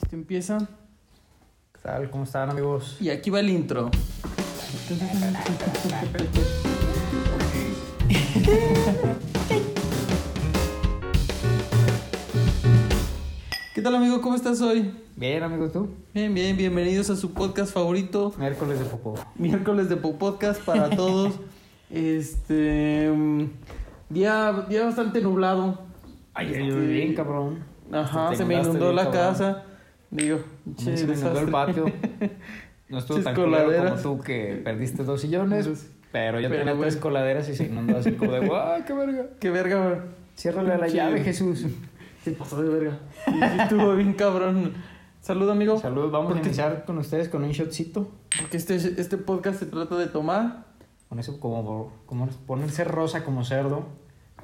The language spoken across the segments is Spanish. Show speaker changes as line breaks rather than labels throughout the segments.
Este empieza.
¿Qué tal? ¿Cómo están, amigos?
Y aquí va el intro. ¿Qué tal, amigo? ¿Cómo estás hoy?
Bien, amigo, ¿tú?
Bien, bien, bienvenidos a su podcast favorito,
Miércoles de Popó.
miércoles de Pop Podcast para todos. Este. mm, Día, día bastante nublado.
Ay,
Este,
yo bien, cabrón.
Ajá,
Te
se me
inundaste
inundó
bien,
la
cabrón.
casa. Digo,
Se me
che,
inundó el
desastre.
patio. No estuvo
Chis
tan culero como
coladeras.
tú que perdiste dos sillones,
Dos.
pero yo
Pero,
tenía
güey.
tres coladeras y se inundó así como de, ¡guau, qué verga!
Qué verga, güey.
Ciérrale a la
Sí.
llave, Jesús.
Se pasó de verga. Sí, sí estuvo bien cabrón. Saludo, amigo.
Saludos, vamos a
¿Por qué?
iniciar con ustedes con un shotcito.
Porque este, este podcast se trata de tomar.
Con eso, como, como ponerse rosa como cerdo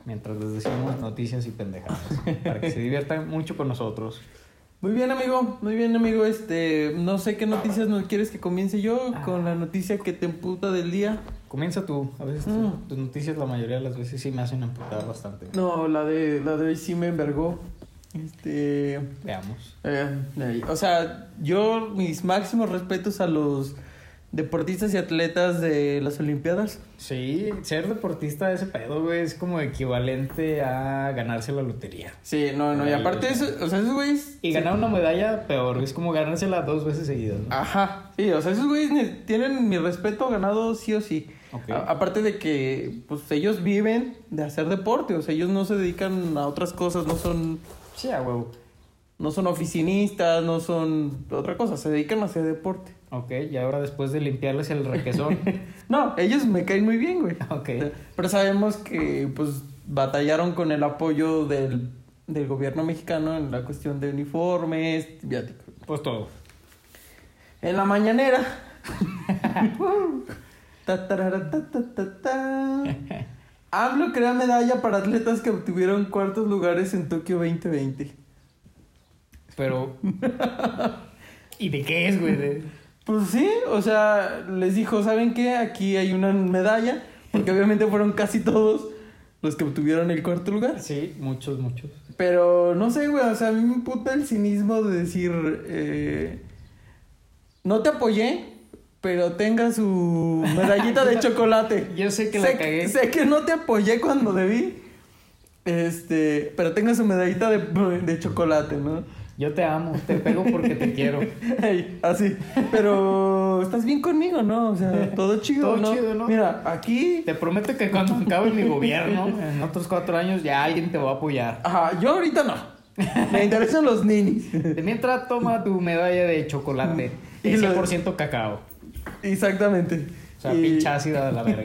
mientras les decimos noticias y pendejadas. para que se diviertan mucho con nosotros.
Muy bien, amigo. Muy bien, amigo. Este, no sé qué noticias no quieres que comience yo con la noticia que te emputa del día.
Comienza tú. A veces
Mm.
tus noticias, la mayoría de las veces, sí me hacen amputar bastante.
No, la de la de hoy sí me envergó. Este,
Veamos.
Eh, eh, o sea, yo mis máximos respetos a los deportistas y atletas de las Olimpiadas.
Sí, ser deportista de ese pedo, güey, es como equivalente a ganarse la lotería.
Sí, no, no, y
Ay,
aparte
Dios.
eso, o sea, esos güeyes...
Y ganar una medalla, peor, es como ganársela dos veces seguidas. ¿no?
Ajá, sí, o sea, esos güeyes ne- tienen mi respeto ganado sí o sí.
Ok.
A- aparte de que, pues, ellos viven de hacer deporte, o sea, ellos no se dedican a otras cosas, no son,
Sí, a huevo.
no son oficinistas, no son otra cosa, se dedican a hacer deporte.
Ok, y ahora después de limpiarles el requesón.
No, ellos me caen muy bien, güey.
ok.
Pero sabemos que pues batallaron con el apoyo del, del gobierno mexicano en la cuestión de uniformes, viáticos.
Pues todo.
En la mañanera. Ta, tarara, ta, ta, ta, ta. AMLO crea medalla para atletas que obtuvieron cuartos lugares en Tokio 2020.
Pero. ¿Y de qué es, güey? De-
Pues sí, o sea, les dijo, ¿saben qué? Aquí hay una medalla, porque obviamente fueron casi todos los que obtuvieron el cuarto lugar.
Sí, muchos, muchos.
Pero no sé, güey, o sea, a mí me imputa el cinismo de decir, eh, no te apoyé, pero tenga su medallita de chocolate.
Yo sé que la cagué.
Sé que no te apoyé cuando debí, este, pero tenga su medallita de, de chocolate, ¿no?
Yo te amo, te pego porque te quiero.
Ey, así, pero estás bien conmigo, ¿no? O sea, todo chido,
Todo chido, ¿no?
Mira, aquí...
Te prometo que cuando acabe mi gobierno, en otros cuatro años, ya alguien te va a apoyar.
Ajá, yo ahorita no. Me interesan los ninis.
De mientras toma tu medalla de chocolate,
Y
de
lo-
100% cacao.
Exactamente.
O sea,
Y-
pinche ácida de la verga.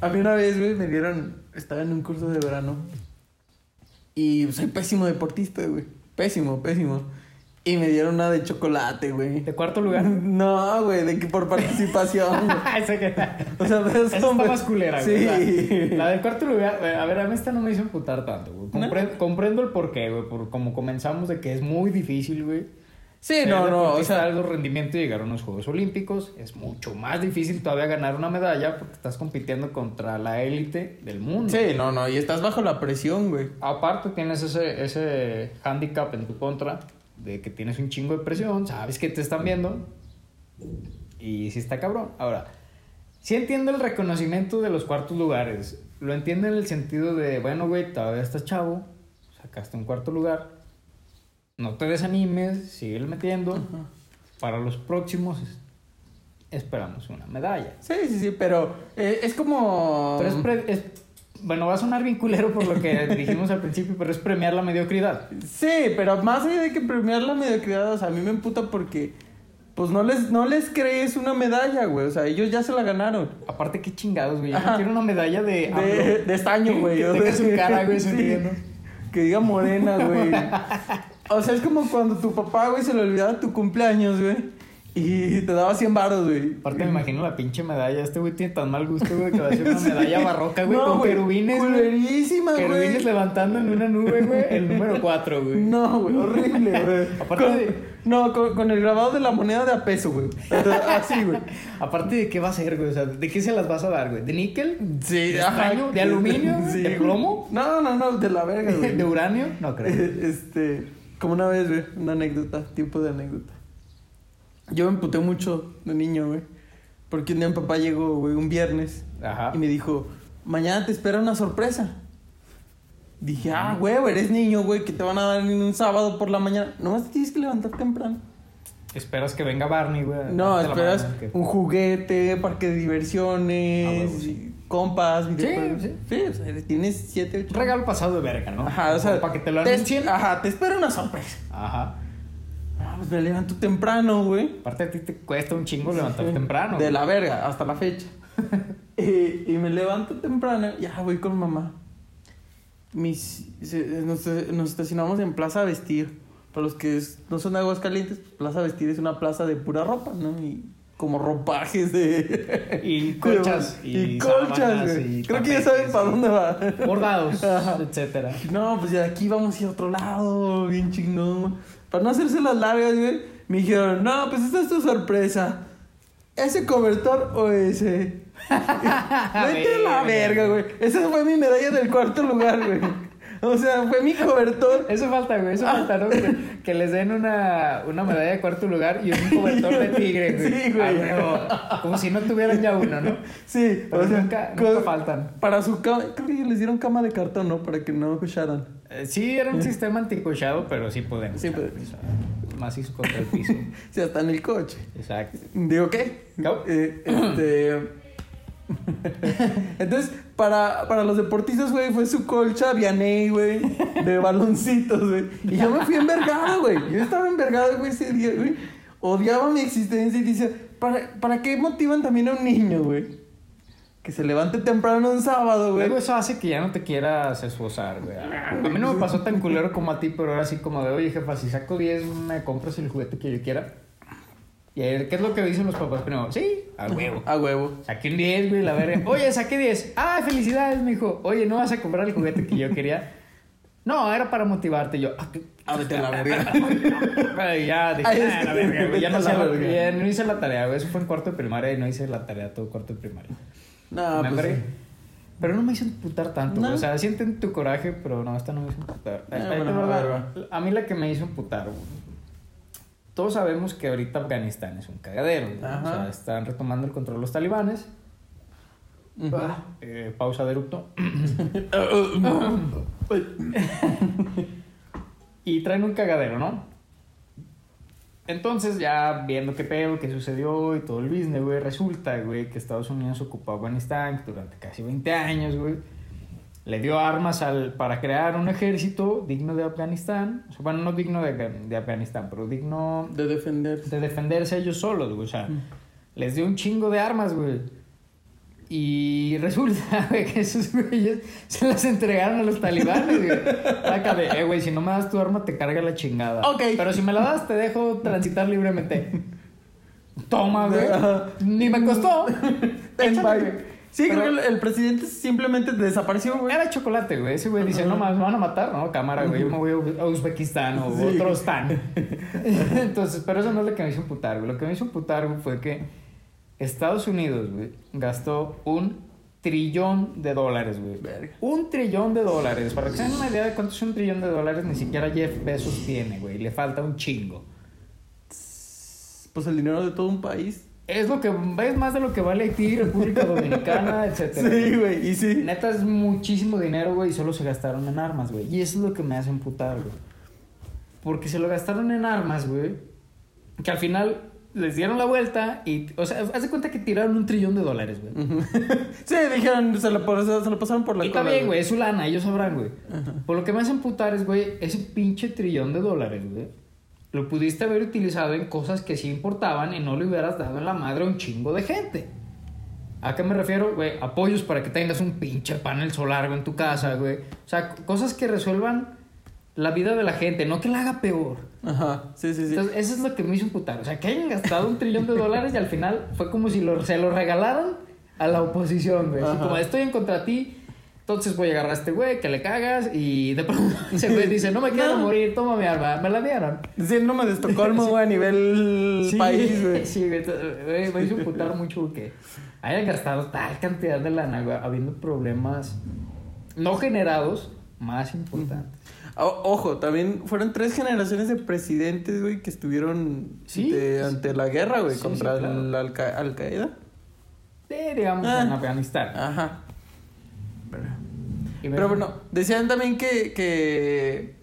A mí una vez, güey, me dieron. Estaba en un curso de verano. Y pues, soy pésimo deportista, güey. Pésimo, pésimo. Y me dieron una de chocolate, güey.
De cuarto lugar.
No, güey, de que por participación. güey.
Esa que esa
O sea, pero
está
son-
más culera, güey.
Sí.
La, la del cuarto lugar, eh, a ver, a mí esta no me hizo emputar tanto, güey. Compre- Comprendo el porqué, güey, por como comenzamos de que es muy difícil, güey.
Sí, no, no, o sea.
algo rendimiento y llegar a unos Juegos Olímpicos es mucho más difícil todavía ganar una medalla porque estás compitiendo contra la élite del mundo.
Sí, no, no, y estás bajo la presión, güey.
Aparte tienes ese, ese handicap en tu contra de que tienes un chingo de presión, sabes que te están viendo y sí está cabrón. Ahora, sí entiendo el reconocimiento de los cuartos lugares. Lo entiendo en el sentido de, bueno, güey, todavía estás chavo, sacaste un cuarto lugar, no te desanimes, sigue metiendo. Para los próximos esperamos una medalla.
Sí, sí, sí, pero eh, es como.
Pero es, pre- es- bueno, va a sonar bien culero por lo que dijimos al principio, pero es premiar la mediocridad.
Sí, pero más allá de que premiar la mediocridad, o sea, a mí me emputa porque pues no les, no les crees una medalla, güey. O sea, ellos ya se la ganaron.
Aparte, qué chingados, güey. Yo no
Ajá.
quiero una medalla de. AMLO.
De, de estaño, güey.
Que
o
tenga
sea,
su cara, güey,
sí.
sonriendo.
Que diga morena, güey. O sea, es como cuando tu papá, güey, se le olvidaba tu cumpleaños, güey. Y te daba 100 varos, güey.
Aparte, me imagino la pinche medalla. Este güey tiene tan mal gusto, güey, que va a ser una
Sí.
medalla barroca, güey,
No,
con
güey,
querubines, güey.
culerísima, güey.
Querubines levantando en una nube, güey, el número 4, güey.
No, güey, horrible, güey.
Aparte
Con-
de-
No, con, con el grabado de la moneda de a peso, güey. Así, güey.
Aparte, ¿de qué va a ser, güey? O sea, ¿de qué se las vas a dar, güey? ¿De níquel?
Sí,
¿De
ajá.
estaño? ¿De aluminio?
Sí,
¿De
güey.
plomo?
No, no, no, de la verga, güey.
¿De uranio? No creo.
Este. Como una vez, güey, una anécdota, tiempo de anécdota. Yo me emputé mucho de niño, güey. Porque un día mi papá llegó, güey, un viernes.
Ajá.
Y me dijo, mañana te espera una sorpresa. Dije, ah, güey, eres niño, güey, que te van a dar en un sábado por la mañana. Nomás te tienes que levantar temprano.
Esperas que venga Barney, güey.
No,
darte Ah, la
esperas
mano, que-
un juguete, parque de
Ah,
diversiones,
huevo, sí.
compas, videojuegos.
sí.
o sea, tienes 7, 8.
Un regalo pasado de verga, ¿no?
Ajá, o sea,
Para que te lo anuncien.
Ajá, te espera una sorpresa.
Ajá.
Ah, pues me levanto temprano, güey.
Aparte a ti te cuesta un chingo levantar temprano.
De
güey.
la verga, hasta la fecha. y, y me levanto temprano, ya voy con mamá. Mis, se- nos, nos estacionamos en Plaza Vestir. Para los que es- no son de aguas calientes, Plaza Vestir es una plaza de pura ropa, ¿no? Y como ropajes de.
Y colchas.
Y,
y
colchas,
sábanas,
güey.
y
Creo que ya saben
tapetes,
para
y
dónde va.
Bordados,
Ajá.
etcétera.
No, pues ya de aquí vamos a ir a otro lado, bien chingón. Para no hacerse las largas, güey, me dijeron, no, pues esta es tu sorpresa. ¿Ese cobertor o ese? Vete a la verga, güey. Esa fue mi medalla del cuarto lugar, güey. O sea, fue mi cobertor.
Eso falta, güey. Eso falta, ¿no? Que, que les den una, una medalla de cuarto lugar y un cobertor de tigre, güey.
Sí, güey.
Ah, güey. Como si no tuvieran ya uno, ¿no?
Sí,
Pero
o sea,
nunca,
con-
nunca faltan.
para su cama, creo que les dieron cama de cartón, ¿no? Para que no escucharan.
Eh, Sí, era un sistema anticochado, pero sí pues. podemos.
Sí, pero-
Macizo contra el piso.
Sí, hasta en el coche.
Exacto.
Digo, ¿qué?
No.
Eh, este... Entonces, para, para los deportistas, güey, fue su colcha Vianey, güey, de baloncitos, güey. Y yo me fui envergado, güey. Yo estaba envergado, güey, ese día, güey. Odiaba mi existencia y dice, ¿para, ¿para qué motivan también a un niño, güey? Que se levante temprano un sábado, güey.
Luego eso hace que ya no te quieras esforzar, güey. A mí no me pasó tan culero como a ti, pero ahora sí como de, oye, jefa, si saco 10, me compras el juguete que yo quiera. Y a ver, ¿qué es lo que dicen los papás primero? Sí, a huevo.
A huevo.
Saqué un 10, güey, la verga. Oye, saqué 10. Ah, felicidades, mijo. Oye, ¿no vas a comprar el juguete que yo quería? No, era para motivarte. Y Yo, ah, qué-
A vete a la verga.
Ay, ya, dije,
Ay,
ah, la verga, güey. Ya no,
vete a la
sé,
verga.
ya no hice la tarea, güey. Eso fue en cuarto de primaria y no hice la tarea todo cuarto de primaria.
No,
Me
pues,
envergué.
sí.
Pero no me hizo emputar tanto, güey.
No.
O sea, sienten tu coraje, pero no, esta no me hizo emputar.
Ah,
Esta-
bueno,
esta,
a ver,
verdad, a mí la que me hizo emputar, güey. Todos sabemos que ahorita Afganistán es un cagadero. güey. O
Ajá.
sea, están retomando el control los talibanes.
Ujú.
Eh, pausa de erupto. y traen un cagadero, ¿no? Entonces, ya viendo qué pedo, qué sucedió y todo el business, güey, resulta, güey, que Estados Unidos ocupó Afganistán durante casi 20 años, güey. Le dio armas al, para crear un ejército digno de Afganistán. O sea, bueno, no digno de, Afgan- de Afganistán, pero digno
De defender.
de defenderse ellos solos, güey. O sea, les dio un chingo de armas, güey. Y resulta, güey, que esos güeyes se las entregaron a los talibanes, güey. Saca de, eh, güey, si no me das tu arma, te carga la chingada.
Ok.
Pero si me la das, te dejo transitar libremente. Toma, güey.
Ajá.
Ni me costó.
Ten,
Échale,
bye.
güey.
Sí,
Pero-
creo que el, el presidente simplemente desapareció, güey.
Era chocolate, güey. Ese güey dice, no más, me van a matar, ¿no? Cámara, güey. Yo me voy a Uz- a Uzbekistán o
Sí.
otro Stan. Entonces, pero eso no es lo que me hizo putar, güey. Lo que me hizo putar, güey, fue que Estados Unidos, güey, gastó un trillón de dólares, güey.
Verga.
Un trillón de dólares. Para que se den una idea de cuánto es un trillón de dólares, ni siquiera Jeff Bezos tiene, güey. Le falta un chingo.
Pues el dinero de todo un país.
Es lo que es más de lo que vale Haití, República Dominicana, etcétera.
Sí, güey, y sí.
Neta es muchísimo dinero, güey, y solo se gastaron en armas, güey. Y eso es lo que me hace emputar, güey. Porque se lo gastaron en armas, güey. Que al final les dieron la vuelta y, o sea, haz de cuenta que tiraron un trillón de dólares, güey.
Sí, dijeron, se lo, pas- se lo pasaron por la
Y
cola.
también, güey, es su lana, ellos sabrán, güey. Por lo que me hace emputar es, güey, ese pinche trillón de dólares, güey. Lo pudiste haber utilizado en cosas que sí importaban y no le hubieras dado en la madre a un chingo de gente. ¿A qué me refiero? Güey, apoyos para que tengas un pinche panel solar güey, en tu casa, güey. O sea, c- cosas que resuelvan la vida de la gente, no que la haga peor.
Ajá, sí, sí, sí.
Entonces, eso es lo que me hizo emputar. O sea, que hayan gastado un trillón de dólares y al final fue como si lo- se lo regalaran a la oposición, güey. Así
Ajá.
como estoy en contra de ti, entonces voy a agarrar a este güey que le cagas y de pronto ese güey dice, no me quiero
No.
morir, toma mi arma. Me la dieron.
el síndrome de Estocolmo, güey, a nivel país, güey.
Sí, güey. Entonces, güey, Me hizo emputar mucho que hayan gastado tal cantidad de lana, güey, habiendo problemas no generados más importantes.
O- ojo, también fueron tres generaciones de presidentes, güey, que estuvieron
Sí.
de- ante la guerra, güey,
Sí,
contra
sí, claro.
la Alca- Al-Qaeda.
Sí, digamos,
Ah.
en Afganistán.
Ajá. Pero,
Y
pero
ves-
bueno, decían también que, que,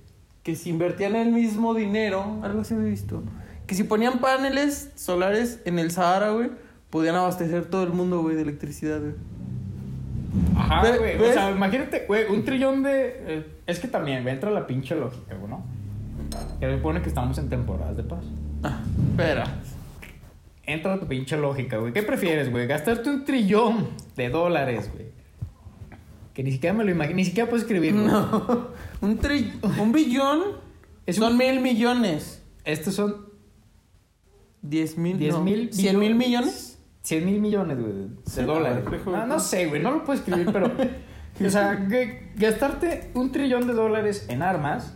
que si invertían el mismo dinero, algo así he visto, que si ponían paneles solares en el Sahara, güey, podían abastecer todo el mundo, güey, de electricidad, güey.
Ajá,
Ve-
güey. O
ves-
sea, imagínate, güey, un trillón de. eh, es que también, güey, entra la pinche lógica, güey, ¿no? Que se supone que estamos en temporadas de paz.
Ah, espera.
Entra tu pinche lógica, güey. ¿Qué prefieres, güey? ¿Gastarte un trillón de dólares, güey? Que ni siquiera me lo imagino, ni siquiera puedo escribir, güey.
No. Un, tri- un billón
Es
son
un-
mil millones.
Estos son
Diez mil.
10
no,
mil
¿Cien mil millones?
100 mil millones, güey, de
Sí,
dólares.
no, hijo de
No,
puta.
no sé, güey, no lo puedo escribir, pero. o sea, g- gastarte un trillón de dólares en armas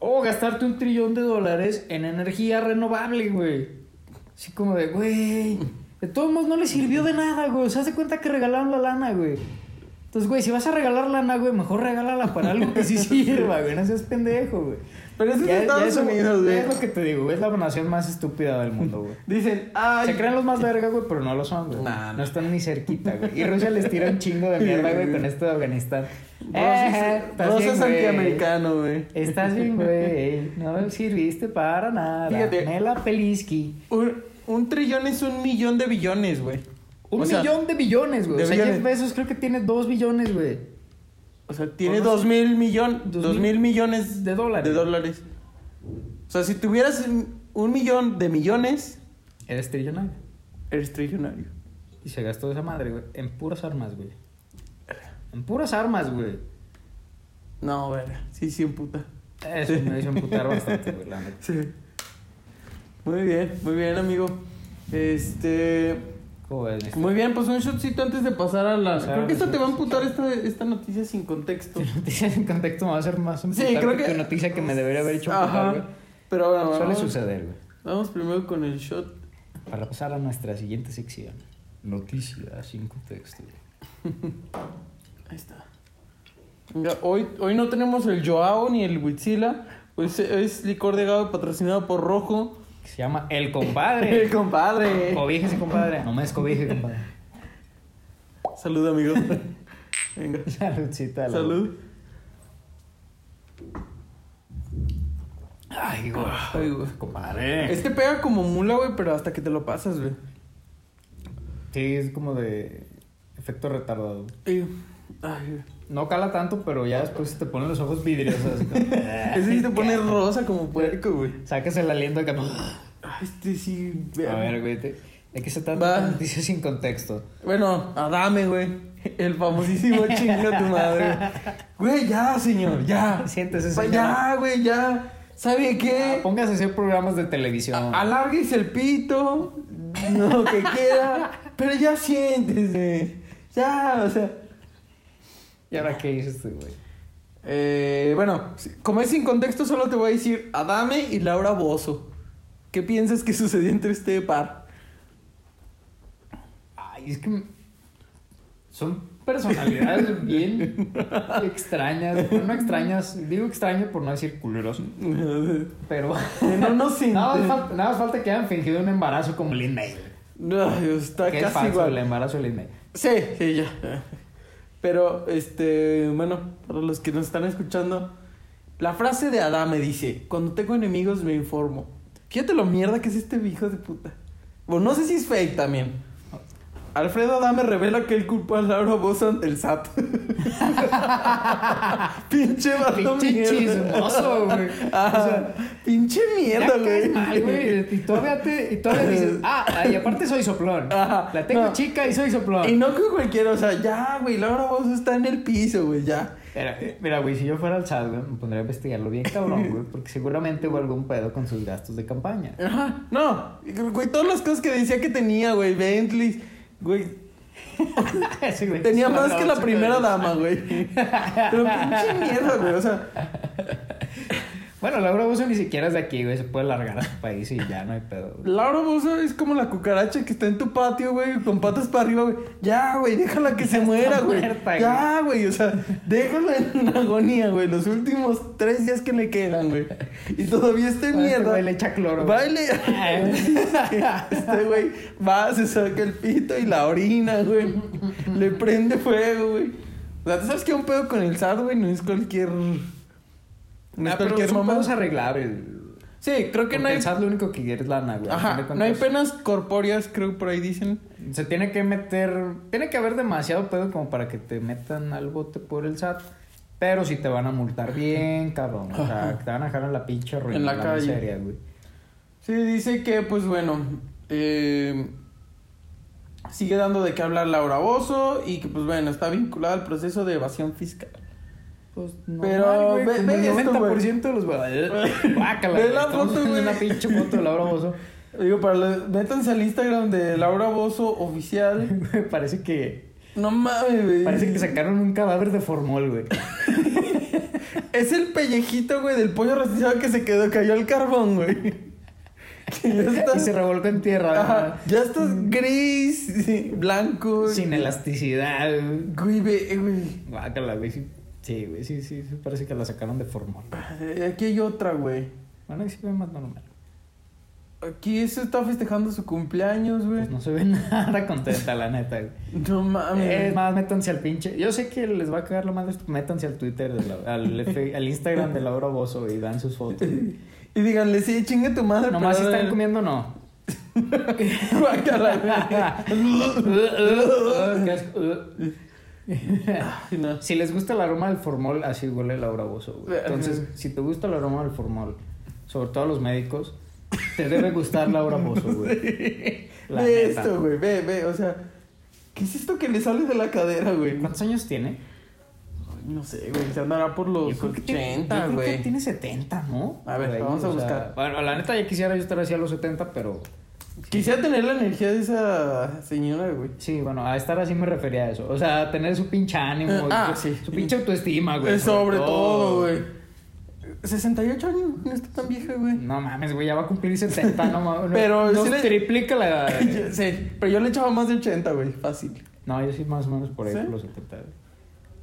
o gastarte un trillón de dólares en energía renovable, güey. Así como de, güey. De todos modos, no le sirvió de nada, güey. O sea, haz de cuenta que regalaron la lana, güey. Entonces, güey, si vas a regalar lana, güey, mejor regálala para algo que sí sirva, güey. No seas pendejo, güey.
Pero eso es
Ya- ya
Estados
eso-
Unidos, güey.
Es lo que te digo, güey. Es la nación más estúpida del mundo, güey.
Dicen, ay.
Se creen los más verga, güey, pero no lo son, güey.
Nah,
no están ni cerquita, güey. Y Rusia les tira un chingo de mierda, güey, con esto de Afganistán. Eh,
Rosa,
estás bien,
es
güey.
antiamericano, güey.
Estás bien, güey. No sirviste para nada.
Fíjate.
Nela Peliski.
Un, un trillón es un millón de billones, güey.
Un
O sea,
millón de billones, güey.
de
O sea, Jeff
billones.
Bezos creo que tiene dos billones, güey.
O sea, tiene
O no
dos mil millones.
Dos
Dos
mil-
mil millones
de dólares.
De dólares. O sea, si tuvieras un- un millón de millones,
Eres trillonario.
eres trillonario.
Y se gastó esa madre, güey. En puras armas, güey. En puras armas, güey.
No, güey. Sí, sí, puta.
Eso me hizo emputar bastante, güey, la neta.
Sí. Muy bien, muy bien, amigo. Este.
¿Cómo ves, Néstor?
Muy bien, pues un shotcito antes de pasar a la.
Pasar a
Creo que
la-
esto te va a amputar esta, esta noticia sin contexto.
noticia en contexto me va a ser más un
Sí,
putar
creo
tu
que-
noticia que me debería haber hecho
Ajá.
putar, güey.
Pero ahora
Suele
vamos,
suceder, güey.
vamos primero con el shot.
Para pasar a nuestra siguiente sección. Noticias sin contexto.
Ahí está. Venga, hoy, hoy no tenemos el Joao ni el Huitzila. Pues es licor de gado patrocinado por Rojo.
Que se llama El
El
Compadre.
compadde.
Cobíjese, compadre. No me descobije, compadre.
Salud, amigo. Venga.
Saludcita. a la-
Salud.
Ay, güey.
Ay, güey.
Compadre.
Este pega como mula, güey, pero hasta que te lo pasas, güey.
Sí, es como de efecto retardado.
Y- Ay, güey.
No cala tanto, pero ya después se te ponen los ojos vidriosos. así como-
Ese sí te pone rosa como puerco, güey.
Sacas el aliento acá.
Ah, Este sí.
A
verga.
ver, güey. te- ¿De qué se
Va.
trata? esta Noticia sin contexto.
Bueno, Adame, güey. El famosísimo chinga tu madre. Güey, ya, señor, ya.
Siéntese,
Pa-
señor.
Ya, güey, ya. ¿Sabe qué?
Ah, Póngase a hacer programas de televisión.
Alárguese el pito. No, que quiera. Pero ya siéntese. Ya, o sea.
¿Y ahora qué dices tú, güey?
Eh, bueno, si- como es sin contexto, solo te voy a decir Adame y Laura Bozo. ¿Qué piensas que sucedió entre este par?
Ay, es que. m- Son personalidades bien extrañas. Bueno, no extrañas. Digo extraño por no decir culeros.
Que
Pero.
no nos
Nada más,
sintamos.
falta, nada más falta que hayan fingido un embarazo como Lin May.
No, está
Que es
casi
falso
igual.
el embarazo de Lin May.
Sí, sí, ya. Pero, este, bueno, para los que nos están escuchando, la frase de Adame dice, cuando tengo enemigos me informo. Fíjate lo mierda que es este hijo de puta. Bueno, no sé si es fake también. Alfredo Adame revela que él culpa a Laura Bozo ante el SAT. pinche vato
Pinche
mierda.
chismoso, güey.
Ah,
O sea,
pinche mierda,
ya caes
güey.
mal, güey. Y todavía, te, y todavía dices, ah, y aparte soy soplón.
Ajá,
La tengo
no.
chica y soy soplón.
Y no con cualquiera, o sea, ya, güey, Laura Bozo está en el piso, güey, ya.
Mira, mira, güey, si yo fuera al chat, güey, me pondría a investigarlo bien cabrón, güey, porque seguramente hubo algún pedo con sus gastos de campaña.
Ajá, no, güey, todas las cosas que decía que tenía, güey, Bentley, güey,
Ese güey
tenía
se
más
mandaba
que la
un
primera
chingo de-
dama, güey. Pero pinche mierda, güey, o sea,
Bueno, Laura Bozo ni siquiera es de aquí, güey. Se puede largar a su país y ya no hay pedo, güey.
Laura Bozo es como la cucaracha que está en tu patio, güey, con patas para arriba, güey. Ya, güey, déjala que se muera, güey.
muerta,
Ya, güey, o sea, déjala en agonía, güey, los últimos tres días que le quedan, güey. Y todavía este
Este
mierda.
güey le echa cloro, güey.
Baile. este güey va, se saca el pito y la orina, güey. Le prende fuego, güey. O sea, ¿tú sabes que un pedo con el SAT, güey? No es cualquier. No es
Ah, pero
cualquier
son
mamá.
pedos arreglables. güey.
Sí, creo que
Porque
no hay
el SAT lo único que quiere es lana, güey. Al fin
Ajá,
de
no hay
cuentas,
penas corpóreas, creo que por ahí dicen.
Se tiene que meter... Tiene que haber demasiado pedo como para que te metan al bote por el SAT. Pero si te van a multar bien, cabrón. O sea, te van a dejar en la pinche ruina.
En la calle.
miseria, güey.
Sí, dice que, pues bueno, eh, sigue dando de qué hablar Laura Bozo y que, pues bueno, está vinculada al proceso de evasión fiscal.
Pues no.
Pero
mal, güey,
ve-
como
ve
el
esto, güey.
90% de los güey. Guácala,
Ve
güey,
la
estamos
foto,
en
güey.
Una pinche foto de Laura Bozo.
Digo, para los- métanse al Instagram de Laura Bozo oficial.
Güey, Parece que.
No mames, güey.
Parece que sacaron un cadáver de formol, güey.
Es el pellejito, güey, del pollo rostizado que se quedó, cayó al carbón, güey. Que ya está.
Y se Mm. revolcó en tierra,
Ajá, ya estás gris, sí, blanco.
güey. Sin elasticidad, güey.
Güey, ve, eh, güey.
Guácala, güey. Sí, sí, güey. Sí, sí, sí, Parece que la sacaron de formol.
Eh, Aquí hay otra, güey.
Bueno, ahí sí ve más normal.
Aquí se está festejando su cumpleaños, güey.
Pues no se ve nada contenta, la neta, güey.
No mames.
Es más, métanse al pinche. Yo sé que les va a cagar lo más. Métanse al Twitter, de la- al, F- al Instagram de Laura Bozo y dan sus fotos. güey.
Y díganle, sí, chingue tu madre.
Nomás si
pero-
están comiendo, no.
Guácala, güey. Ay, no.
si les gusta el aroma del formol, así huele Laura Bozo. güey. Entonces, si te gusta el aroma del formol, sobre todo a los médicos, te debe gustar Laura Bozo, güey. La
ve
neta.
esto, güey. Ve, ve. O sea, ¿qué es esto que le sale de la cadera, güey?
¿Cuántos años tiene?
No sé, güey. Se andará por los
Yo creo que tiene- yo
80,
creo que
Pues güey.
tiene 70, ¿no?
A ver,
Por
vamos a
o sea,
buscar.
bueno, la neta ya quisiera yo estar así a los 70, pero
Quisiera tener la energía de esa señora, güey.
sí, bueno, a estar así me refería a eso. O sea, tener su pinche ánimo,
Ah,
su,
sí.
su pinche autoestima, güey.
Eh, Sobre todo, güey. 68 años, no está tan vieja, güey.
No mames, güey, ya va a cumplir 70, no mames.
Pero
Nos
sí le-
triplica la edad. güey.
Yo sé, pero yo le echaba más de 80, güey. Fácil.
No, yo sí más o menos por ahí
¿Sí?
por los 70. güey.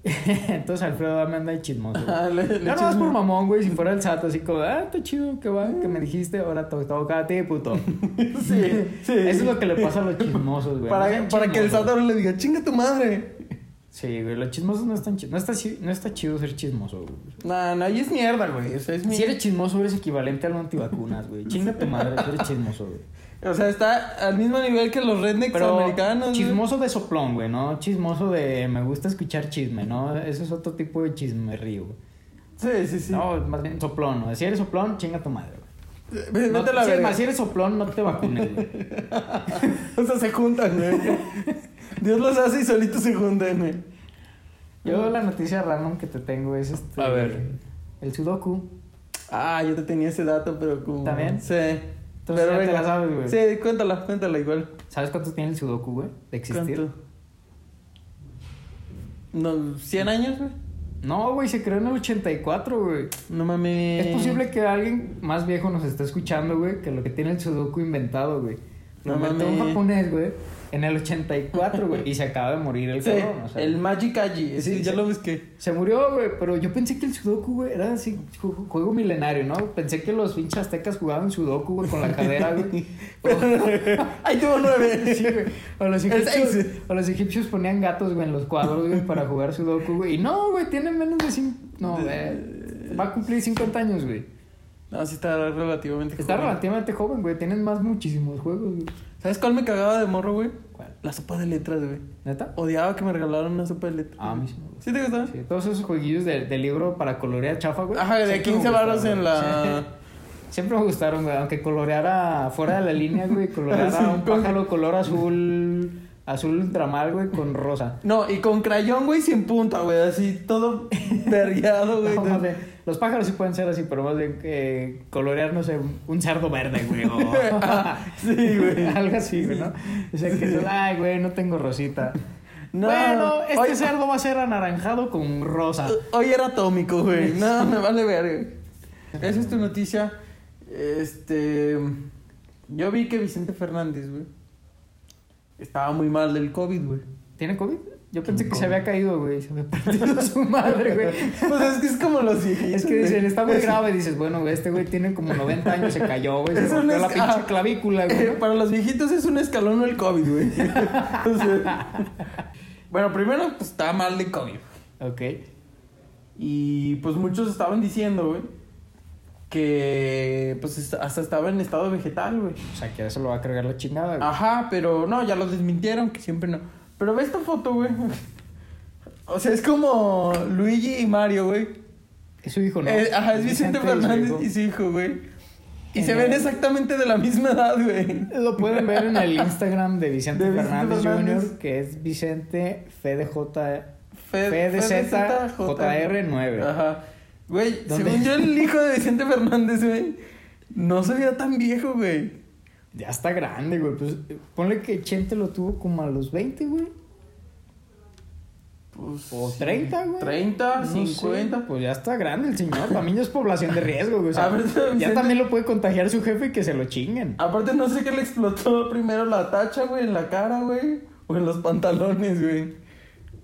Entonces Alfredo Dame anda de chismoso. güey.
Ajá, le- Ah, le
no, no,
echas
es por
más.
mamón, güey. Si fuera el SAT, así como, ah, está chido, que va, que me dijiste, ahora te toca a ti, puto.
Sí, sí.
Eso es lo que le pasa a los chismosos, güey. No
Para,
sean
para que el
chismosos.
sábado le diga, chinga tu madre.
Sí, güey, los chismosos no están chidos. No está, chi- no está chido ser chismoso, güey.
No, no, y es mierda, güey. O sea, es mi-
Si eres chismoso, eres equivalente a los antivacunas, güey. Chinga tu madre, si eres chismoso, güey.
O sea, está al mismo nivel que los rednecks
Pero
americanos. güey.
chismoso de soplón, güey, ¿no? Chismoso de me gusta escuchar chisme, ¿no? Eso es otro tipo de chismerrío. güey.
Sí, sí, sí.
No, más bien soplón, ¿no? Si eres soplón, chinga tu madre, güey.
Eh, Vete
No,
a la
si, es
verga.
más, si eres soplón, no te vacunes, güey.
O sea, se juntan, güey. Dios los hace y solitos se juntan, güey.
Yo la noticia random que te tengo es este...
A ver.
El sudoku.
Ah, yo te tenía ese dato, pero como...
¿También?
Sí.
ya te la sabes, güey.
Sí, cuéntala, cuéntala igual.
¿Sabes cuánto tiene el sudoku, güey? De existir.
¿Cuánto? No, 100 años, güey.
No, güey, se creó en el 84, güey.
No mames.
Es posible que alguien más viejo nos esté escuchando, güey, que lo que tiene el sudoku inventado, güey. Lo
No
inventó un
mames.
japonés, güey, en el 84, güey, y se acaba de morir el
Sí,
cabrón, o sea.
el Magic Aji. Sí,
Sí,
ya
sí.
lo busqué.
Se murió, güey, pero yo pensé que el sudoku, güey, era así, ju- juego milenario, ¿no? Pensé que los pinches aztecas jugaban sudoku, güey, con la cadera, güey.
Ahí tuvo nueve.
Sí, güey. O los,
El
egipcios,
seis.
o los egipcios ponían gatos, güey, en los cuadros, güey, para jugar sudoku, güey. Y no, güey, tiene menos de 5... No, güey, va a cumplir 50 años, güey.
No, sí está relativamente
Está
joven.
relativamente joven, güey. Tienen más muchísimos juegos, güey.
¿Sabes cuál me cagaba de morro, güey? La sopa de letras, güey.
¿Neta?
Odiaba que me regalaran una sopa de letras.
Ah, a mí sí me
güey.
gusta.
¿Sí te gustaba?
Sí, todos esos jueguillos de, de libro para colorear chafa, güey.
Ajá, de
Siempre me
15
gustaron,
baros en
güey.
la...
Siempre me gustaron, güey. Aunque coloreara fuera de la línea, güey. Coloreara
Sí,
un
con-
pájaro color azul... Azul ultramar, güey, con rosa.
No, y con crayón, güey, sin punta, güey. Así todo vergueado, güey.
No, más bien, los pájaros sí pueden ser así, pero más bien que colorear, no sé, un cerdo verde, güey. o-
Ah, sí, güey.
Algo así, güey, ¿no? O sea, que, ay, güey, no tengo rosita.
No.
Bueno, este
Oye-
cerdo va a ser anaranjado con rosa.
Hoy era atómico, güey. No, me vale ver, güey. Esa es tu noticia. Este. Yo vi que Vicente Fernández, güey. Estaba muy mal del COVID, güey.
¿Tiene COVID? Yo pensé que se había caído, güey. Se había partido su madre, güey.
Pues es que es como los viejitos.
Es que
güey.
dicen, está muy grave. Dices, bueno, güey, este güey tiene como 90 años, se cayó, güey. Se
Eso no
rompió
es-
la pinche
ah.
clavícula,
Eh,
güey.
para los viejitos es un escalón el COVID, güey. O sea, bueno, primero, pues estaba mal de COVID.
Ok.
Y pues muchos estaban diciendo, güey, que pues est- hasta estaba en estado vegetal, güey.
O sea, que ahora se lo va a cargar la chingada, güey.
Ajá, pero no, ya lo desmintieron, que siempre no. Pero ve esta foto, güey. O sea, es como Luigi y Mario, güey.
Es su hijo, ¿no?
Eh, ajá, es Vicente, Fernández y su hijo, güey. Y se ven exactamente de la misma edad, güey.
Lo pueden ver en el Instagram de Vicente,
De Vicente
Fernández,
Fernández.
Jr., que es Vicente FDJ.
Fe-
FDZ,
FDZ,
JR9.
Ajá. Güey,
¿Dónde?
según yo el hijo de Vicente Fernández, güey, no se veía tan viejo, güey.
Ya está grande, güey. Pues eh, ponle que Chente lo tuvo como a los 20, güey.
Pues,
O
sí.
30, güey.
30,
No sé,
50.
pues ya está grande el señor. También ya es población de riesgo, güey. O sea,
A ver,
ya
Vicente-
también lo puede contagiar su jefe y que se lo chinguen.
Aparte no sé qué le explotó primero la tacha, güey, en la cara, güey, o en los pantalones, güey.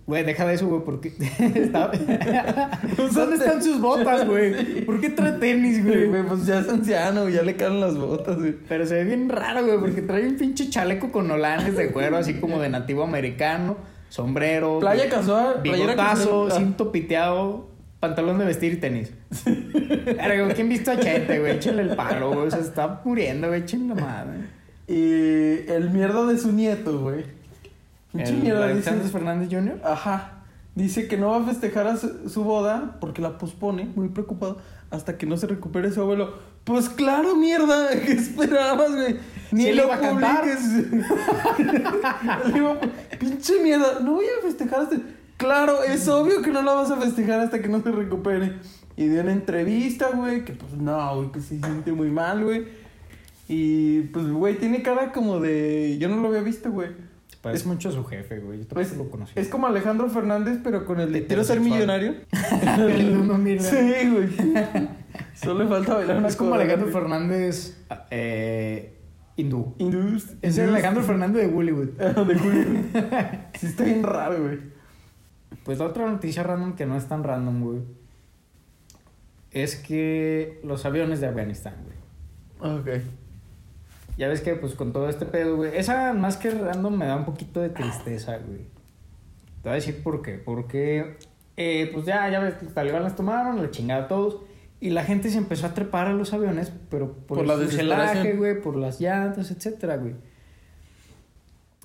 Güey, deja de eso, güey, porque. está- ¿Dónde
Usaste-
están sus botas, güey? ¿Por qué trae tenis,
Sí,
güey?
güey, pues ya es anciano, güey, ya le caen las botas, güey.
Pero se ve bien raro, güey, porque trae un pinche chaleco con holanes de cuero, así como de nativo americano, sombrero,
Playa
güey,
casual, playera
bigotazo,
casual.
cinto piteado, pantalón de vestir y tenis. Pero, güey, ¿quién visto a Chente, güey? Échenle el paro, güey. O sea, está muriendo, güey, echen la madre.
Y el mierda de su nieto, güey. Pinche
El
mierda, dice-
Alexander Fernández Jr.
Ajá. Dice que no va a festejar a su, su boda porque la pospone, muy preocupado, hasta que no se recupere su abuelo. Pues claro, mierda, ¿qué esperabas, güey? Ni
Sí,
lo
le iba a cantar.
publiques. Le iba a- Pinche mierda, no voy a festejar hasta... Claro, es obvio que no la vas a festejar hasta que no se recupere. Y dio una entrevista, güey, que pues no, güey, que se siente muy mal, güey. Y pues, güey, tiene cara como de... Yo no lo había visto, güey.
Se Parece mucho a su jefe, güey. Yo tampoco
Pues,
lo conocí.
es como Alejandro Fernández, pero con el de quiero ser
Heterosexual.
millonario.
El uno mil,
sí, güey. Solo le falta bailar una
Es como
cola,
Alejandro
güey.
Fernández eh, hindú.
Indus-
Es el
Indus-
Alejandro Fernández de Bollywood.
Ah, de Julio. Sí, está bien raro, güey.
Pues la otra noticia random que no es tan random, güey. Es que los aviones de Afganistán, güey.
Ok.
Ya ves que, pues, con todo este pedo, güey. Esa más que random me da un poquito de tristeza, güey. Te voy a decir por qué. Porque, eh, pues ya, ya ves, los talibán las tomaron, la chingada a todos. Y la gente se empezó a trepar a los aviones, pero por,
Por
el
la
fuselaje,
desesperación.
güey, por las llantas, etcétera, güey.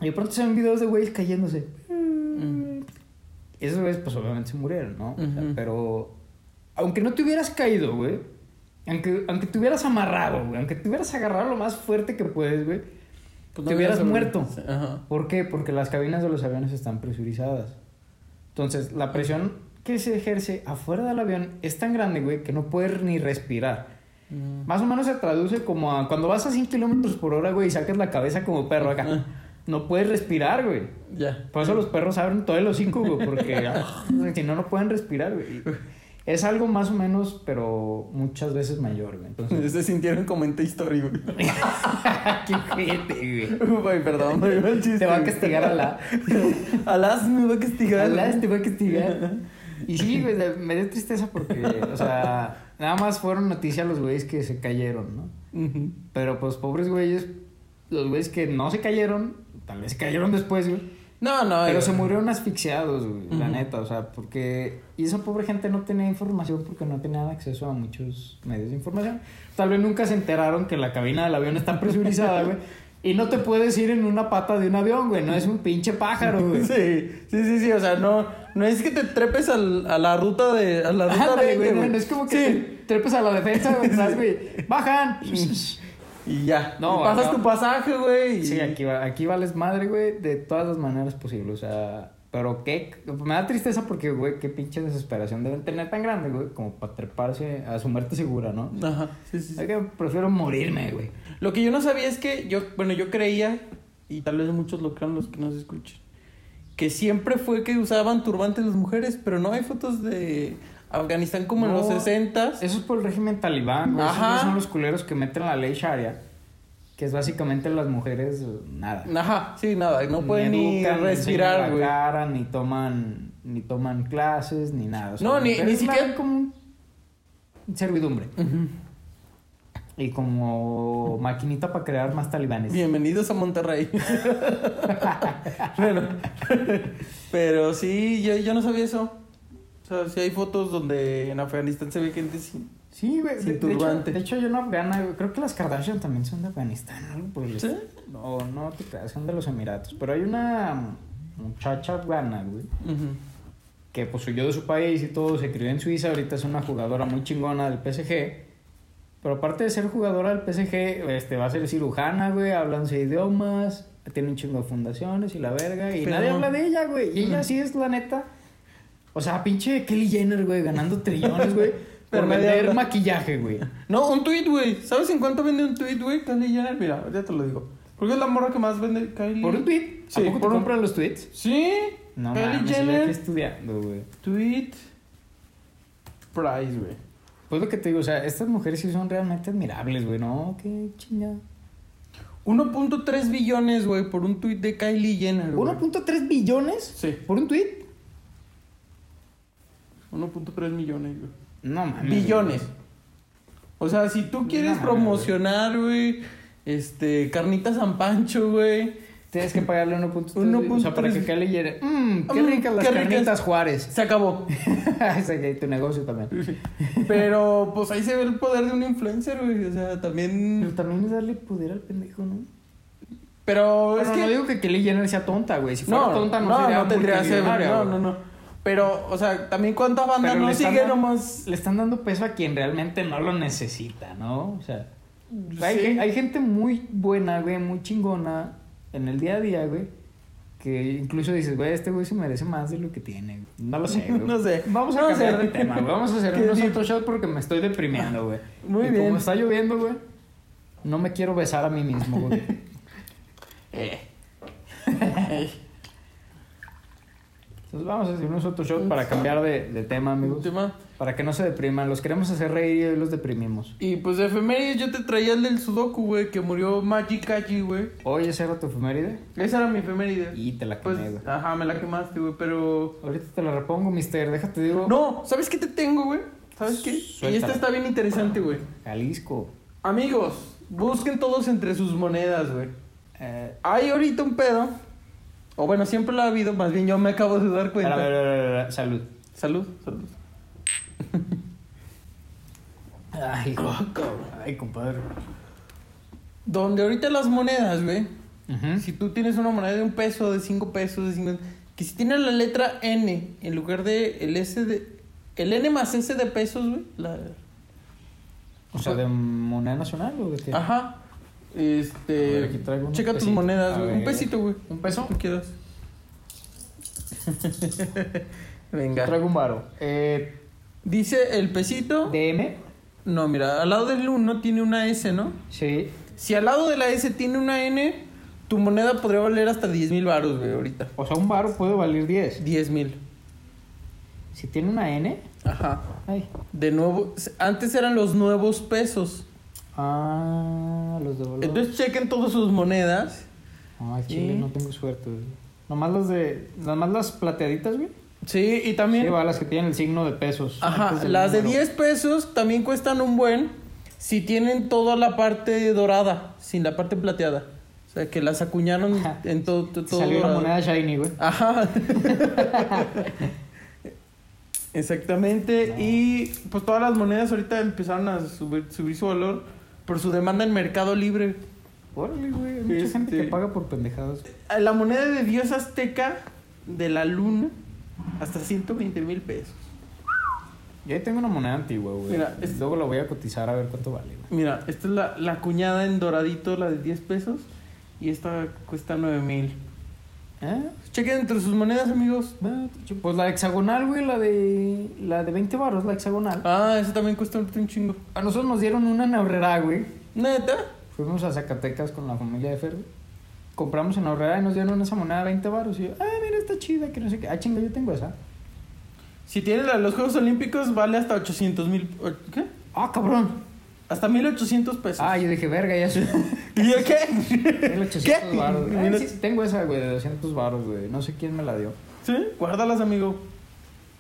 Y de pronto se ven videos de güeyes cayéndose. Mm, Esos güeyes, pues obviamente se murieron, ¿no? O sea,
Ujú.
pero. Aunque no te hubieras caído, güey. Aunque, aunque te hubieras amarrado, güey. Aunque te hubieras agarrado lo más fuerte que puedes, güey.
Pues
te
no
hubieras
había
muerto.
sobre- Ajá.
¿Por qué? Porque las cabinas de los aviones están presurizadas. Entonces, la presión que se ejerce afuera del avión es tan grande, güey, que no puedes ni respirar.
Mm.
Más o menos se traduce como a cuando vas a 100 kilómetros por hora, güey, y sacas la cabeza como perro acá. No puedes respirar, güey.
Ya.
Por eso los perros abren todo el hocico, güey, porque ah, si no, no pueden respirar, güey. Es algo más o menos, pero muchas veces mayor, güey. Entonces,
Se sintieron como en Toy Story, güey.
qué ojete, güey.
Güey, perdón, me iba el chiste.
Te va a
güey.
castigar a la.
Alá sí me va a castigar.
Alá te va a castigar. Y sí, güey, la- me dio tristeza porque, o sea, nada más fueron noticias los güeyes que se cayeron, ¿no?
Ujú.
Pero pues pobres güeyes, los güeyes que no se cayeron, tal vez se cayeron después, güey.
No, no.
Pero
güey.
se murieron asfixiados, güey, la
Ujú.
neta, o sea, porque... Y esa pobre gente no tenía información porque no tenían acceso a muchos medios de información. Tal vez nunca se enteraron que la cabina del avión está presurizada, güey. Y no te puedes ir en una pata de un avión, güey, no es un pinche pájaro, güey.
Sí, sí, sí, sí, o sea, no, no es que te trepes al, a la ruta de, a la ruta
Ándale,
verde,
güey, no,
güey.
no es como que
Sí,
te trepes a la defensa, güey, atrás, güey. Bajan.
y ya,
No,
y pasas
acá-
tu pasaje, güey, y-
Sí, aquí, va- aquí vales madre, güey, de todas las maneras posibles. O sea, pero qué. Me da tristeza porque, güey, qué pinche desesperación deben tener tan grande, güey, como para treparse a su muerte segura, ¿no?
Ajá, sí, sí, sí.
Es que prefiero morirme, güey.
Lo que yo no sabía es que yo, bueno, yo creía, y tal vez muchos lo crean los que nos escuchan, que siempre fue que usaban turbantes las mujeres, pero no hay fotos de... Afganistán como en los
No,
60
Eso es por el régimen talibán, güey. Esos
Ajá.
güeyes son los culeros que meten la ley sharia, que es básicamente las mujeres, eh, nada.
Ajá, sí, nada, no pueden ni,
educan,
respirar,
enseñan
güey.
la cara, ni toman, ni toman clases, ni nada. o sea,
No, ni-
pero
ni
es la-
siquiera-
como un servidumbre.
Ujú.
Y como maquinita para crear más talibanes.
Bienvenidos a Monterrey. bueno, pero sí, yo, yo no sabía eso. O sea, sí hay fotos donde en Afganistán se ve gente sin...
Sí, güey.
Sin
De, de hecho,
turbante.
de hecho, yo no afgana, güey. Creo que las Kardashian también son de Afganistán, algo por el
¿Sí?
estilo. No, no te creas, son de los Emiratos. Pero hay una muchacha afgana, güey.
Ujú.
que pues huyó de su país y todo, se crió en Suiza, ahorita es una jugadora muy chingona del PSG. Pero aparte de ser jugadora del PSG, este, va a ser cirujana, güey, hablan seis idiomas, tiene un chingo de fundaciones y la verga, y
Pero-
nadie habla de ella, güey. Y ella sí es la neta. O sea, pinche Kelly Jenner, güey, ganando trillones, güey,
Pero
por
nadie
vender
habla.
maquillaje, güey.
No, un tweet, güey. ¿Sabes en cuánto vende un tweet, güey? Kylie Jenner, mira, ya te lo digo. Porque es la morra que más vende Kylie.
¿Por un tweet?
Sí,
¿A poco
por
te
un-
compran los tweets?
Sí.
No,
Kylie
mames, este yo
Jenner,
aquí estudiando, güey.
tweet, price, güey.
Pues lo que te digo, o sea, estas mujeres sí son realmente admirables, güey, ¿no? Qué chingada.
1.3 billones, güey, por un tweet de Kylie Jenner, güey.
1.3 billones
Sí,
por un tweet.
1.3 millones, güey.
No mames.
Billones. O sea, si tú quieres
No, güey.
promocionar, güey, este, carnita San Pancho, güey,
Tienes que pagarle 1.3.
1.3.
O sea, para que Cali llegue. Mmm, qué
Mm,
ricas las
qué ricas.
carnitas Juárez.
se acabó.
Ese que tu negocio también.
Pero, pues ahí se ve el poder de un influencer, güey. O sea,
Pero
también.
también es darle poder al pendejo, ¿no?
Pero
Bueno,
es que.
no digo que Kelly Jenner sea tonta, güey. Si fuera tonta, no, sería
tendría que ser.
multimillonaria,
No,
güey.
no, no. Pero, o sea, también cuántas bandas
Pero
no
le están
sigue
dando-
nomás.
Le están dando peso a quien realmente no lo necesita, ¿no? O sea, hay,
Pues Sí.
gen- hay gente muy buena, güey, muy chingona en el día a día, güey. Que incluso dices, güey, este güey se merece más de lo que tiene. güey. No lo sé, güey.
No sé.
Vamos a
No
cambiar
sé.
de tema, güey. Vamos a hacer
Qué
unos
deep.
otro shot porque me estoy deprimiendo, güey.
Muy
y
bien.
como está lloviendo, güey, no me quiero besar a mí mismo, güey.
Eh. Eh.
Entonces vamos a hacer unos otro shot para cambiar de, de tema, amigos.
Tema.
Para que no se depriman. Los queremos hacer reír y hoy los deprimimos.
Y pues de efemérides yo te traía el del Sudoku, güey, que murió Magic Kaji, güey.
Hoy es era tu efeméride
Esa era mi efeméride.
y te la
Pues,
quemé, güey.
ajá, me la quemaste, güey, pero...
Ahorita te la repongo, mister. Déjate, digo.
No, ¿sabes qué te tengo, güey? ¿Sabes qué? Y esta
Suéltala.
está bien interesante, güey.
Jalisco.
Amigos, busquen todos entre sus monedas, güey.
Eh,
Hay ahorita un pedo. O bueno, siempre lo ha habido, más bien yo me acabo de dar
a
cuenta.
ver, a ver, a ver, a ver, salud.
Salud, salud.
Ay, cabrón. Ay, compadre.
Donde ahorita las monedas, güey.
Ujú.
Si tú tienes una moneda de un peso, de cinco pesos, de 50... Que si tiene la letra N en lugar de el S de... El N más S de pesos, güey. La...
O
pues.
sea, de moneda nacional o de qué?
Ajá.
A
Este.
ver, aquí traigo unos
checa tus
pesitos.
monedas,
A
güey. Un
ver.
pesito, güey.
¿Un peso?
Tú quieras.
Yo
Venga.
Traigo un varo. Eh,
Dice el pesito.
DM.
No, mira, al lado del 1 tiene una S, ¿no?
Sí.
Si al lado de la S tiene una N, tu moneda podría valer hasta 10 mil baros, güey, ahorita.
O sea, un varo puede valer 10.
10 mil.
Si tiene una N.
Ajá.
Ay.
De nuevo, antes eran los nuevos pesos.
Ah, los de valor.
Entonces chequen todas sus monedas.
Ay, chile,
¿Y?
no tengo suerte, güey. Nomás las de. Nomás las plateaditas, güey.
Sí, y
Sí,
también.
va, las que tienen el signo de pesos.
Ajá,
antes del
las de
número.
10 pesos también cuestan un buen si tienen toda la parte dorada, sin la parte plateada. O sea, que las acuñaron
Ajá.
en todo, to-
Te
todo
Salió una
dorado.
moneda shiny, güey.
Ajá. Exactamente. Y pues todas las monedas ahorita empezaron a subir, subir su valor por su demanda en Mercado Libre.
Órale, güey. Hay mucha gente
Este-
que paga por pendejadas.
Eh, La moneda de Dios azteca de la luna hasta 120 mil pesos.
Yo ahí tengo una moneda antigua, güey.
Mira, es-
Luego la voy a cotizar a ver cuánto vale, güey.
Mira, esta es la, la cuñada en doradito, la de 10 pesos. Y esta cuesta 9 mil.
¿Eh?
Chequen entre sus monedas, amigos.
Va, Pues la hexagonal, güey, la de. La de 20 baros, la hexagonal.
Ah, esa también cuesta ahorita un chingo.
A nosotros nos dieron una en Aurrera, güey.
¿Neta?
Fuimos a Zacatecas con la familia de Fer, güey. Compramos en Aurrera y nos dieron esa moneda de 20 baros. Y yo, ah, mira, está chida, que no sé qué. Ah, chinga, yo tengo esa.
Si tienes la de los Juegos Olímpicos, vale hasta 800 mil. ¿Qué?
Ah, cabrón.
Hasta 1800 pesos.
Ah, yo dije, verga, ya soy.
¿Y yo qué?
1800
¿Qué?
baros. güey. Ah,
Mil-
sí, tengo esa, güey, de 200 baros, güey. No sé quién me la dio.
¿Sí? Guárdalas, amigo.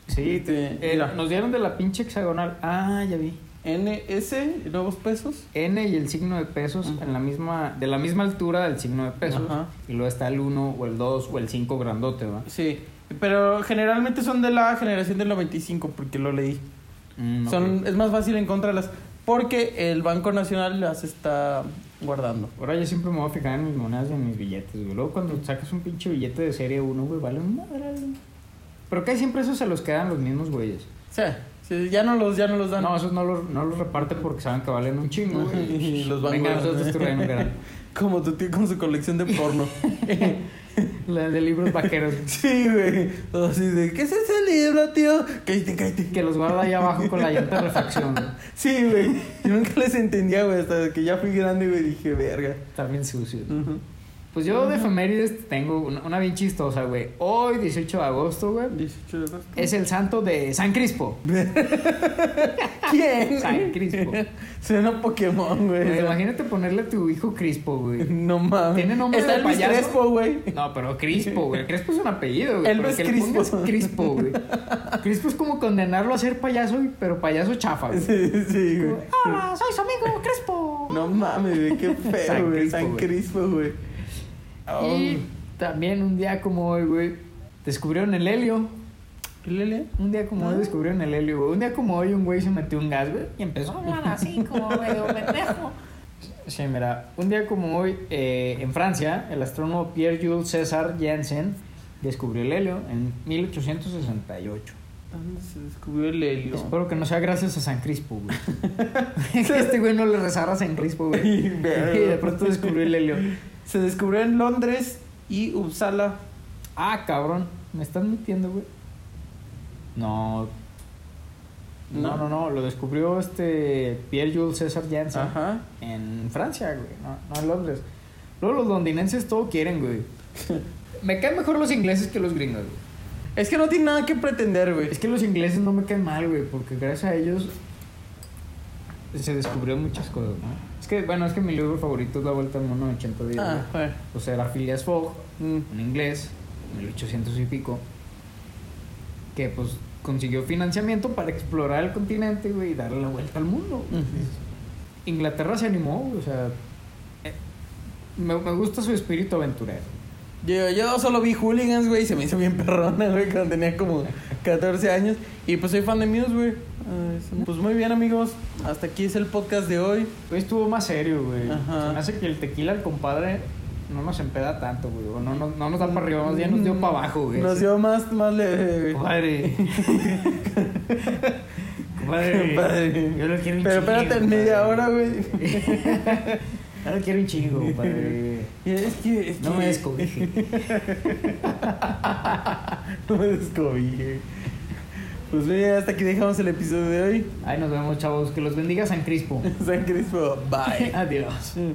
Sí,
Este,
eh,
mira.
nos dieron de la pinche hexagonal. Ah, ya vi.
NS, nuevos pesos.
N y el signo de pesos en la misma, de la misma altura del signo de pesos.
Ajá.
Y luego está el 1 o el 2 o el 5 grandote, ¿va?
Sí. Pero generalmente son de la generación del 95, porque lo leí.
Mm,
Son,
ok.
Es más fácil encontrarlas. Porque el Banco Nacional las está guardando.
Ahora yo siempre me voy a fijar en mis monedas y en mis billetes, güey. Luego cuando sacas un pinche billete de serie 1, güey, vale un madre. Pero que siempre esos se los quedan los mismos güeyes.
O sea, sí, ya no los, ya no los dan.
No, esos no los, no los reparten porque saben que valen un chingo,
Ajá,
güey.
y los van
Venga,
guardando.
nosotros traen un gran.
Como tu tío con su colección de porno.
La de libros vaqueros.
sí, güey. Todo así de, ¿qué es ese libro, tío? Cállate, cállate.
Que los guarda ahí abajo con la llanta de refacción, güey.
Sí, güey. Yo nunca les entendía, güey. Hasta que ya fui grande, güey, dije, verga.
Está bien sucio.
Ujú.
Pues yo de efemérides tengo una, una bien chistosa, güey. Hoy, 18 de agosto, güey,
18 de agosto.
es el santo de San Crispo.
¿Quién?
San Crispo.
Suena Pokémon, güey.
Güey, imagínate ponerle a tu hijo Crispo, güey.
No mames.
Tiene nombre
Está
de
el Luis
payaso.
Crespo, güey.
No, pero Crispo, güey. Crispo es un apellido, güey.
Él no
pero
es
que le
Crispo.
pongas Crispo, güey. Crispo es como condenarlo a ser payaso, güey, pero payaso chafa, güey.
Sí, sí, güey.
Hola, soy su amigo Crespo.
No mames, güey. Qué
San
feo, güey.
Crispo,
San
güey.
Crispo, güey. Oh.
Y también un día como hoy, güey, descubrieron el helio.
Lele.
Un día como hoy descubrieron el helio, güey. Un día como hoy un güey se metió un gas, güey, y empezó a hablar así como medio pendejo. Sí, mira, un día como hoy eh, en Francia, el astrónomo Pierre-Jules César Janssen descubrió el helio en 1868.
¿Dónde se descubrió el helio?
Espero que no sea gracias a San Crispo, güey. Que este güey no le rezara a San Crispo, güey. Y de pronto descubrió el helio.
Se descubrió en Londres y Uppsala.
Ah, cabrón, me estás mintiendo, güey. No. No, no, no, lo descubrió este Pierre-Jules César Janssen.
Ajá.
En Francia, güey, no, no en Londres. Luego los londinenses todo quieren, güey. Me caen mejor los ingleses que los gringos, güey.
Es que no tiene nada que pretender, güey.
Es que los ingleses no me caen mal, güey, porque gracias a ellos se descubrió muchas cosas, ¿no? Es que, bueno, es que mi libro favorito es La Vuelta al Mundo en 80 días,
Ah,
güey.
bueno.
O sea, era Phileas Fogg,
Mm.
un inglés, 1800 y pico, que pues consiguió financiamiento para explorar el continente, güey, y darle la vuelta al mundo. güey. Inglaterra se animó, güey, o sea, eh, me, me gusta su espíritu aventurero.
Yo, yo solo vi Hooligans, güey, y se me hizo bien perrona, güey, cuando tenía como 14 años. Y pues soy fan de Muse, güey. Ah, eso. Pues muy bien, amigos. Hasta aquí es el podcast de hoy.
Hoy estuvo más serio, güey.
Ajá.
Se me hace que el tequila al compadre no nos empeda tanto, güey, o no, no, no nos da para arriba, más bien nos dio para abajo, güey.
Nos dio más, más leve, güey.
Compadre. compadre.
Compadre.
Yo lo quiero un
Pero
chingo,
espérate en
compadre.
media hora, güey.
Yo lo quiero un chingo, compadre.
Es que, es
No
que-
me descubrí.
No me descobije. Pues bien, hasta aquí dejamos el episodio de hoy.
Ahí nos vemos, chavos. Que los bendiga San Crispo. Ah,
San Crispo, bye.
Adiós.
Sí.